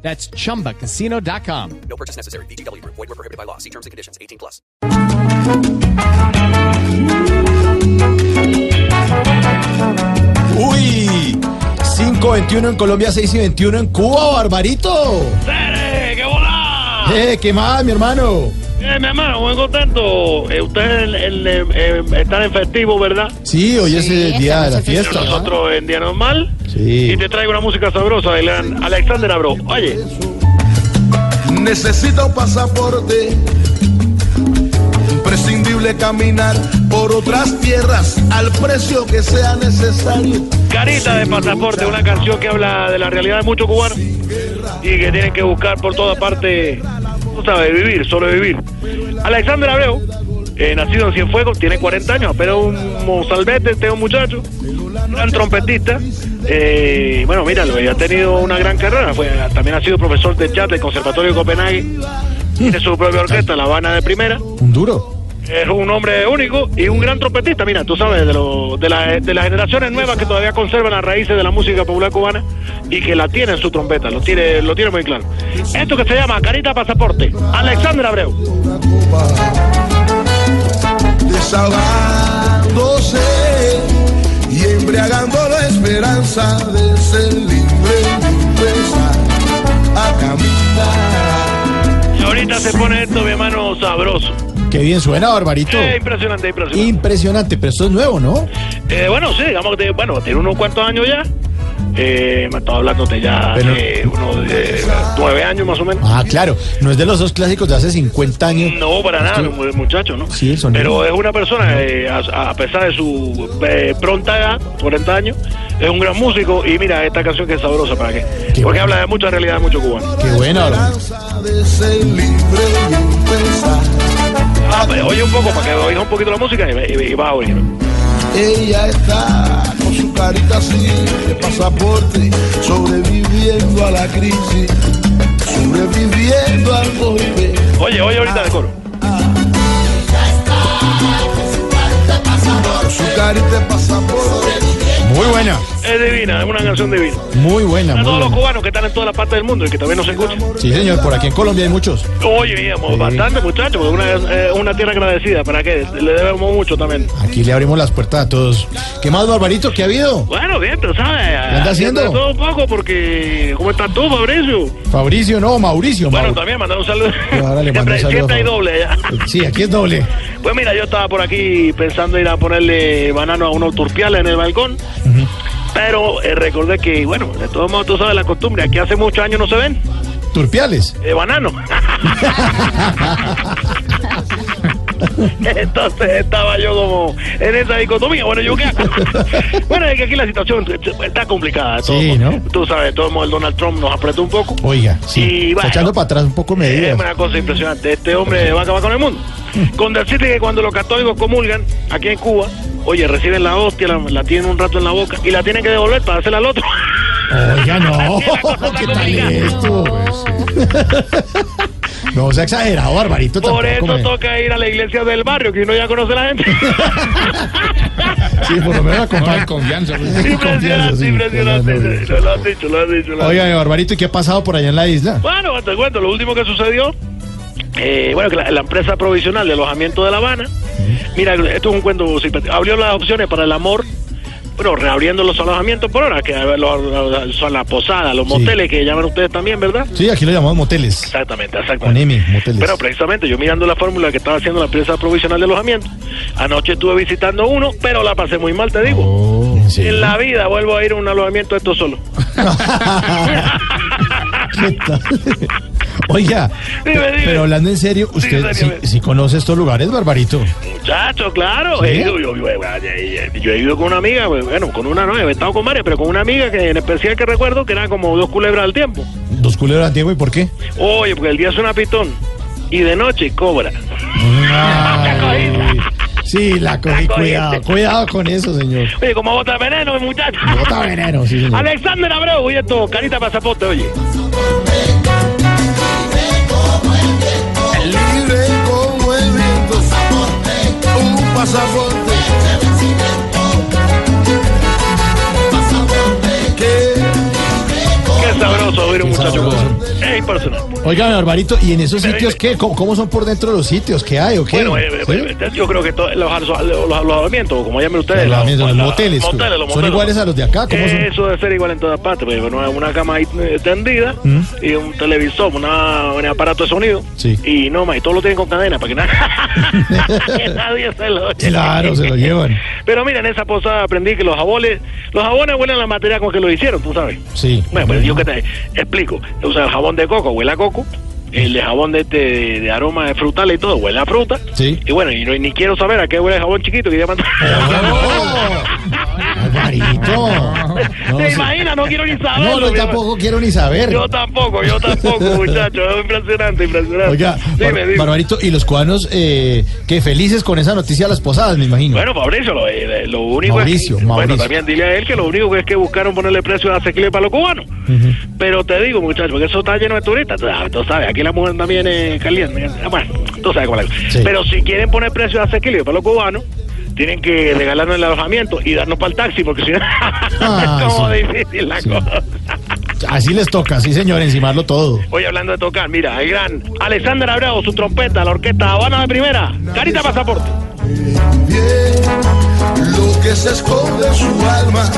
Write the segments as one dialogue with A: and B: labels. A: That's chumbacasino.com.
B: No purchase necessary. BGW. Void were prohibited by law. See terms and conditions. 18 plus.
C: Uy, 5.21 en Colombia, 6 y 21 en Cuba, barbarito.
D: ¡Tere! ¡Qué bola!
C: Eh, ¿Qué más, mi hermano?
D: Eh, mi hermano, muy contento. Eh, Ustedes el- el, eh, eh, están en festivo, ¿verdad?
C: Sí, hoy es el día de la fiesta. ¿ah?
D: Nosotros en día normal.
C: Sí.
D: Y te traigo una música sabrosa de Lean- Alexander Abro. Oye,
E: Necesito un pasaporte. Imprescindible caminar por otras tierras al precio que sea necesario.
D: Carita de Pasaporte, una canción que habla de la realidad de muchos cubanos y que tienen que buscar por toda parte, tú sabes, vivir, sobrevivir. Alexander Abreu, eh, nacido en Cienfuegos, tiene 40 años, pero un mozalbete, este es un muchacho, gran trompetista. eh, bueno, míralo, y ha tenido una gran carrera, fue, también ha sido profesor de jazz del Conservatorio de Copenhague, tiene su propia orquesta, La Habana de Primera.
C: Un duro.
D: Es un hombre único y un gran trompetista, mira, tú sabes, de, lo- de, la- de las generaciones nuevas que todavía conservan las raíces de la música popular cubana y que la tiene en su trompeta, lo tiene, lo tiene muy claro. Esto que se llama Carita Pasaporte, Alexander Abreu.
E: Desahogándose y embriagando la esperanza de ser libre y a caminar.
D: Y ahorita se pone esto, mi hermano, sabroso.
C: Qué bien suena, barbarito.
D: Eh, impresionante, impresionante.
C: Impresionante, pero esto es nuevo, ¿no?
D: Eh, bueno, sí, digamos que tiene- bueno, tiene unos cuantos años ya. Eh, me estaba hablando de ya
C: Pero-
D: eh, unos eh, nueve años más o menos.
C: Ah, claro. No es de los dos clásicos de hace 50 años.
D: No, para nada, mu- muchacho, ¿no?
C: Pues Sí, el sonido.
D: Pero es una persona, eh, a, a pesar de su eh, pronta edad, 40 años, es un gran músico y mira, esta canción que es sabrosa, ¿para qué?
C: Qué
D: Porque
C: bueno.
D: habla de mucha realidad de muchos cubanos.
C: Qué buena, barbarito.
E: Esperanza de ser libre y
D: Ah, pues, oye un poco, para que oiga un poquito la música y, y- y vas a oír.
E: Ella está con su carita así de pasaporte, sobreviviendo a la crisis, sobreviviendo al golpe.
D: Oye, oye
C: Ah.
D: ahorita el coro.
E: Su carita de pasaporte,
C: Muy buena,
D: Es divina, es una canción divina.
C: muy buena,
D: A
C: muy
D: todos los
C: buena.
D: cubanos que están en todas las partes del mundo y que también nos escuchan.
C: Sí, señor, por aquí en Colombia hay muchos.
D: Oye, digamos, bastante muchachos, porque una, eh, una tierra agradecida, ¿para qué? Le debemos mucho también.
C: Aquí le abrimos las puertas a todos. ¿Qué más, barbarito? ¿Qué ha habido?
D: Bueno, bien, pero ¿sabes?
C: está haciendo?
D: de Todo un poco porque... ¿Cómo estás tú, Fabricio?
C: Fabricio, no, Mauricio.
D: Bueno,
C: Mau-
D: también mandar un saludo.
C: ahora le mando un
D: Siempre-
C: saludo,
D: siempre hay
C: Fabio.
D: doble allá.
C: Sí, aquí es doble.
D: Pues mira, yo estaba por aquí pensando ir a ponerle banano a unos turpiales en el balcón. Pero eh, recordé que, bueno, de todos modos tú sabes la costumbre, aquí hace muchos años no se ven
C: Turpiales.
D: eh, banano. Entonces estaba yo como en esa dicotomía. Bueno, yo qué hago? Bueno, es que aquí la situación está complicada. todo.
C: Sí, ¿no?
D: Tú sabes, todo el mundo, el Donald Trump nos apretó un poco.
C: Oiga, sí.
D: Y bueno.
C: echando para atrás un poco
D: Es
C: medidas.
D: una cosa impresionante. Este hombre va a acabar con el mundo. Con decirte que cuando los católicos comulgan aquí en Cuba, oye, reciben la hostia, la, la tienen un rato en la boca y la tienen que devolver para hacerla al otro.
C: Oiga, no. ¿Qué tal
D: complicada.
C: esto? Pues, eh. No, se ha exagerado, barbarito.
D: Por
C: tampoco,
D: eso
C: me-
D: toca ir a la iglesia del barrio, que uno ya conoce a la gente.
C: Sí, por lo menos acompaña.
F: confianza.
C: Confianza,
D: pues. impresionante,
C: sí,
D: impresionante.
C: claro,
D: Lo has dicho, lo has dicho. lo has
C: Oiga, eh, barbarito, ¿y qué ha pasado por allá en la isla?
D: Bueno, pues te cuento, lo último que sucedió, eh, bueno, que la, la empresa provisional de alojamiento de La Habana, mira, esto es un cuento simpático, abrió las opciones para el amor, bueno, reabriendo los alojamientos por ahora, que eh, los- los- son las posadas, los
C: Sí.
D: moteles que llaman ustedes también, ¿verdad?
C: Sí, aquí lo llamamos moteles.
D: Exactamente,
C: Con
D: exactamente.
C: M, moteles.
D: Pero precisamente yo mirando la fórmula que estaba haciendo la empresa provisional de alojamiento, anoche estuve visitando uno, pero la pasé muy mal, te digo.
C: Oh, ¿En serio?
D: Oh. En la vida vuelvo a ir a un alojamiento esto solo.
C: ¿Qué tal? Oiga,
D: Dime, dime.
C: pero hablando en serio, usted
D: Dime,
C: sí,
D: dime.
C: sí conoce estos lugares, barbarito.
D: Muchacho, claro.
C: ¿Sí?
D: Eh, Yo, yo- yo- yo- yo he ido con una amiga, pues, bueno, con una no, he estado con varias, pero con una amiga que en especial que recuerdo que era como dos culebras al tiempo.
C: Dos culeros antiguos, ¿y por qué?
D: Oye, porque el día es una pitón y de noche cobra. La cogí.
C: Sí, la cogí.
D: La cogiste.
C: Cuidado, cuidado con eso, señor.
D: Oye, como bota de veneno, mi muchacho.
C: Bota veneno, sí, señor.
D: Alexander Abreu, oye esto, carita pasaporte, oye.
E: Libre como el viento, un pasaporte. Que
D: Qué sabroso oír un
C: Qué
D: muchacho como
C: sabroso.
D: ese. Es impersonal.
C: Oigan, Barbarito, ¿y en esos sitios qué? ¿Cómo, cómo son por dentro los sitios? ¿Qué hay o qué?
D: Bueno, eh, eh,
C: ¿Sí?
D: eh, yo creo que to- los, al- los, los alojamientos, como llamen ustedes,
C: Los alojamientos,
D: la-
C: los
D: la-
C: moteles,
D: los moteles, los
C: ¿son
D: moteles.
C: iguales a los de acá? ¿Cómo son?
D: Eso debe ser igual en todas partes, porque una, una cama ahí eh, tendida y un televisor, una, un aparato de sonido.
C: Mm. Sí.
D: Y no más, y todos lo tienen con cadena para que, na- que nadie se lo lleve.
C: Claro, se lo llevan.
D: Pero mira, en esa posada aprendí que los jabones, los jabones huelen a la materia con que lo hicieron, tú sabes.
C: Sí.
D: Bueno, pues yo que te explico. O sea, el jabón de coco huele a coco. El de jabón de, este, de, aroma de frutal y todo huele a fruta.
C: Sí.
D: Y bueno, y no- ni quiero saber a qué huele el jabón chiquito que ya mandó.
C: Oiga, no. Barbarito. No,
D: ¿Te
C: sí.
D: imaginas? No quiero ni saberlo.
C: No, no,
D: mi hermano.
C: tampoco quiero ni saber.
D: Yo tampoco, yo tampoco, muchacho. Es impresionante, impresionante.
C: Oiga,
D: Dime,
C: Bar-
D: dime.
C: Barbarito, y los cubanos eh, que felices con esa noticia de las posadas, me imagino.
D: Bueno, Fabricio, lo, eh, lo único
C: Mauricio,
D: es que,
C: Mauricio.
D: Bueno, también dile a él que lo único que es que buscaron ponerle precio asequible para los cubanos. Pero te digo, muchachos, que eso está lleno de turistas. Tú sabes, tú sabes, aquí la mujer también es caliente. Bueno, tú sabes cuál es.
C: Sí.
D: Pero si quieren poner precio asequible para los cubanos, tienen que regalarnos el alojamiento y darnos para el taxi, porque si no,
C: Ah,
D: es como
C: sí.
D: difícil la
C: Sí.
D: cosa.
C: Así les toca, sí, señor, encimarlo todo.
D: Hoy hablando de tocar, mira, el gran Alexander Abreu, su trompeta, la orquesta Habana de Primera, Carita Pasaporte.
E: bien, lo que se esconde en su alma,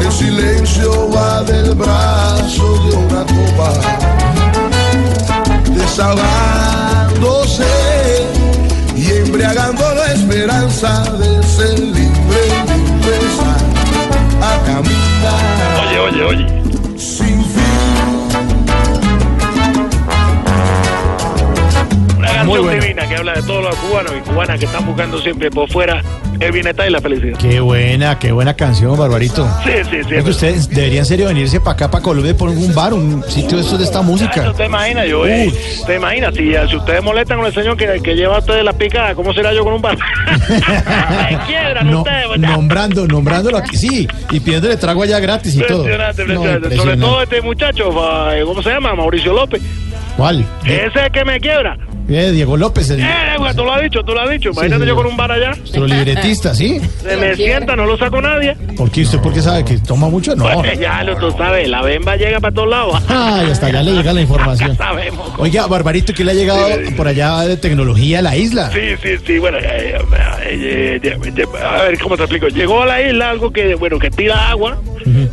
E: que el silencio va del brazo de una copa, desahogándose y embriagando la esperanza de ser libre, libreza, a caminar.
D: Oye, oye, oye.
E: Sin fin,
D: Una canción
C: Muy bueno.
D: divina que habla de todos los cubanos y cubanas que están buscando siempre por fuera el bienestar y la felicidad.
C: Qué buena, qué buena canción, Barbarito.
D: Sí, sí, sí.
C: Es que ustedes deberían Pues en serio venirse para acá, para Colombia, y poner un bar, un sitio de estos de esta música.
D: Muchachos, ¿Te imaginas? Yo, eh, ¿Te imaginas? Si, si ustedes molestan con el señor que, que lleva a ustedes las picadas, ¿cómo será yo con un bar? Me quiebran
C: No,
D: ustedes, pues muchachos.
C: nombrando, nombrándolo aquí, sí, y pidiéndole trago allá gratis y todo.
D: Impresionante,
C: No,
D: impresionante. Sobre
C: impresionante.
D: todo este muchacho, fa- ¿cómo se llama? Mauricio López.
C: ¿Cuál?
D: Ese es el que me quiebra.
C: Eh, Diego López, el,
D: Eh, güey, tú lo has dicho, tú lo has dicho. Imagínate
C: sí,
D: yo
C: sí.
D: con un bar allá.
C: nuestro libretista, ¿sí?
D: Se me sienta, no lo saco nadie.
C: Porque usted, porque sabe que toma mucho, no.
D: Pues ya lo tú sabes, la bemba llega para todos lados.
C: Ay, hasta allá le llega la información.
D: Sabemos.
C: Oiga, Barbarito, ¿qué le ha llegado por allá de tecnología a la isla?
D: Sí, sí, sí, bueno, eh, eh, eh, eh, eh, a ver, ¿cómo te explico? Llegó a la isla algo que, bueno, que tira agua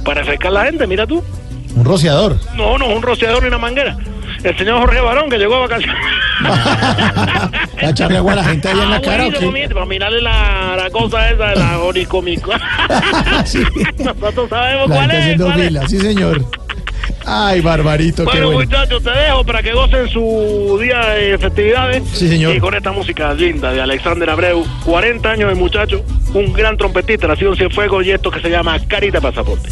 D: para refrescar la gente, mira tú.
C: Un rociador.
D: No, no, un rociador ni una manguera. El señor Jorge Barón que llegó a vacaciones.
C: a echarle agua a la gente allá en la
D: Ah,
C: cara. ¿o
D: buenísimo,
C: qué?
D: mire, Para mirarle la, la cosa esa de la oricomico.
C: Ah, Sí.
D: Nosotros sabemos
C: La
D: cuál
C: gente
D: es.
C: haciendo
D: cuál es.
C: fila, sí, señor. Ay, Barbarito, qué
D: Bueno,
C: bueno.
D: muchachos, te dejo para que gocen su día de festividades.
C: Sí, señor.
D: Y con esta música linda de Alexander Abreu, 40 años de muchacho, un gran trompetista, nacido en Cienfuegos, y esto que se llama Carita Pasaporte.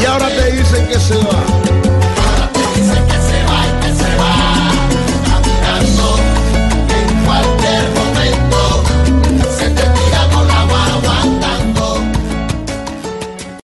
E: y ahora te dicen que se va.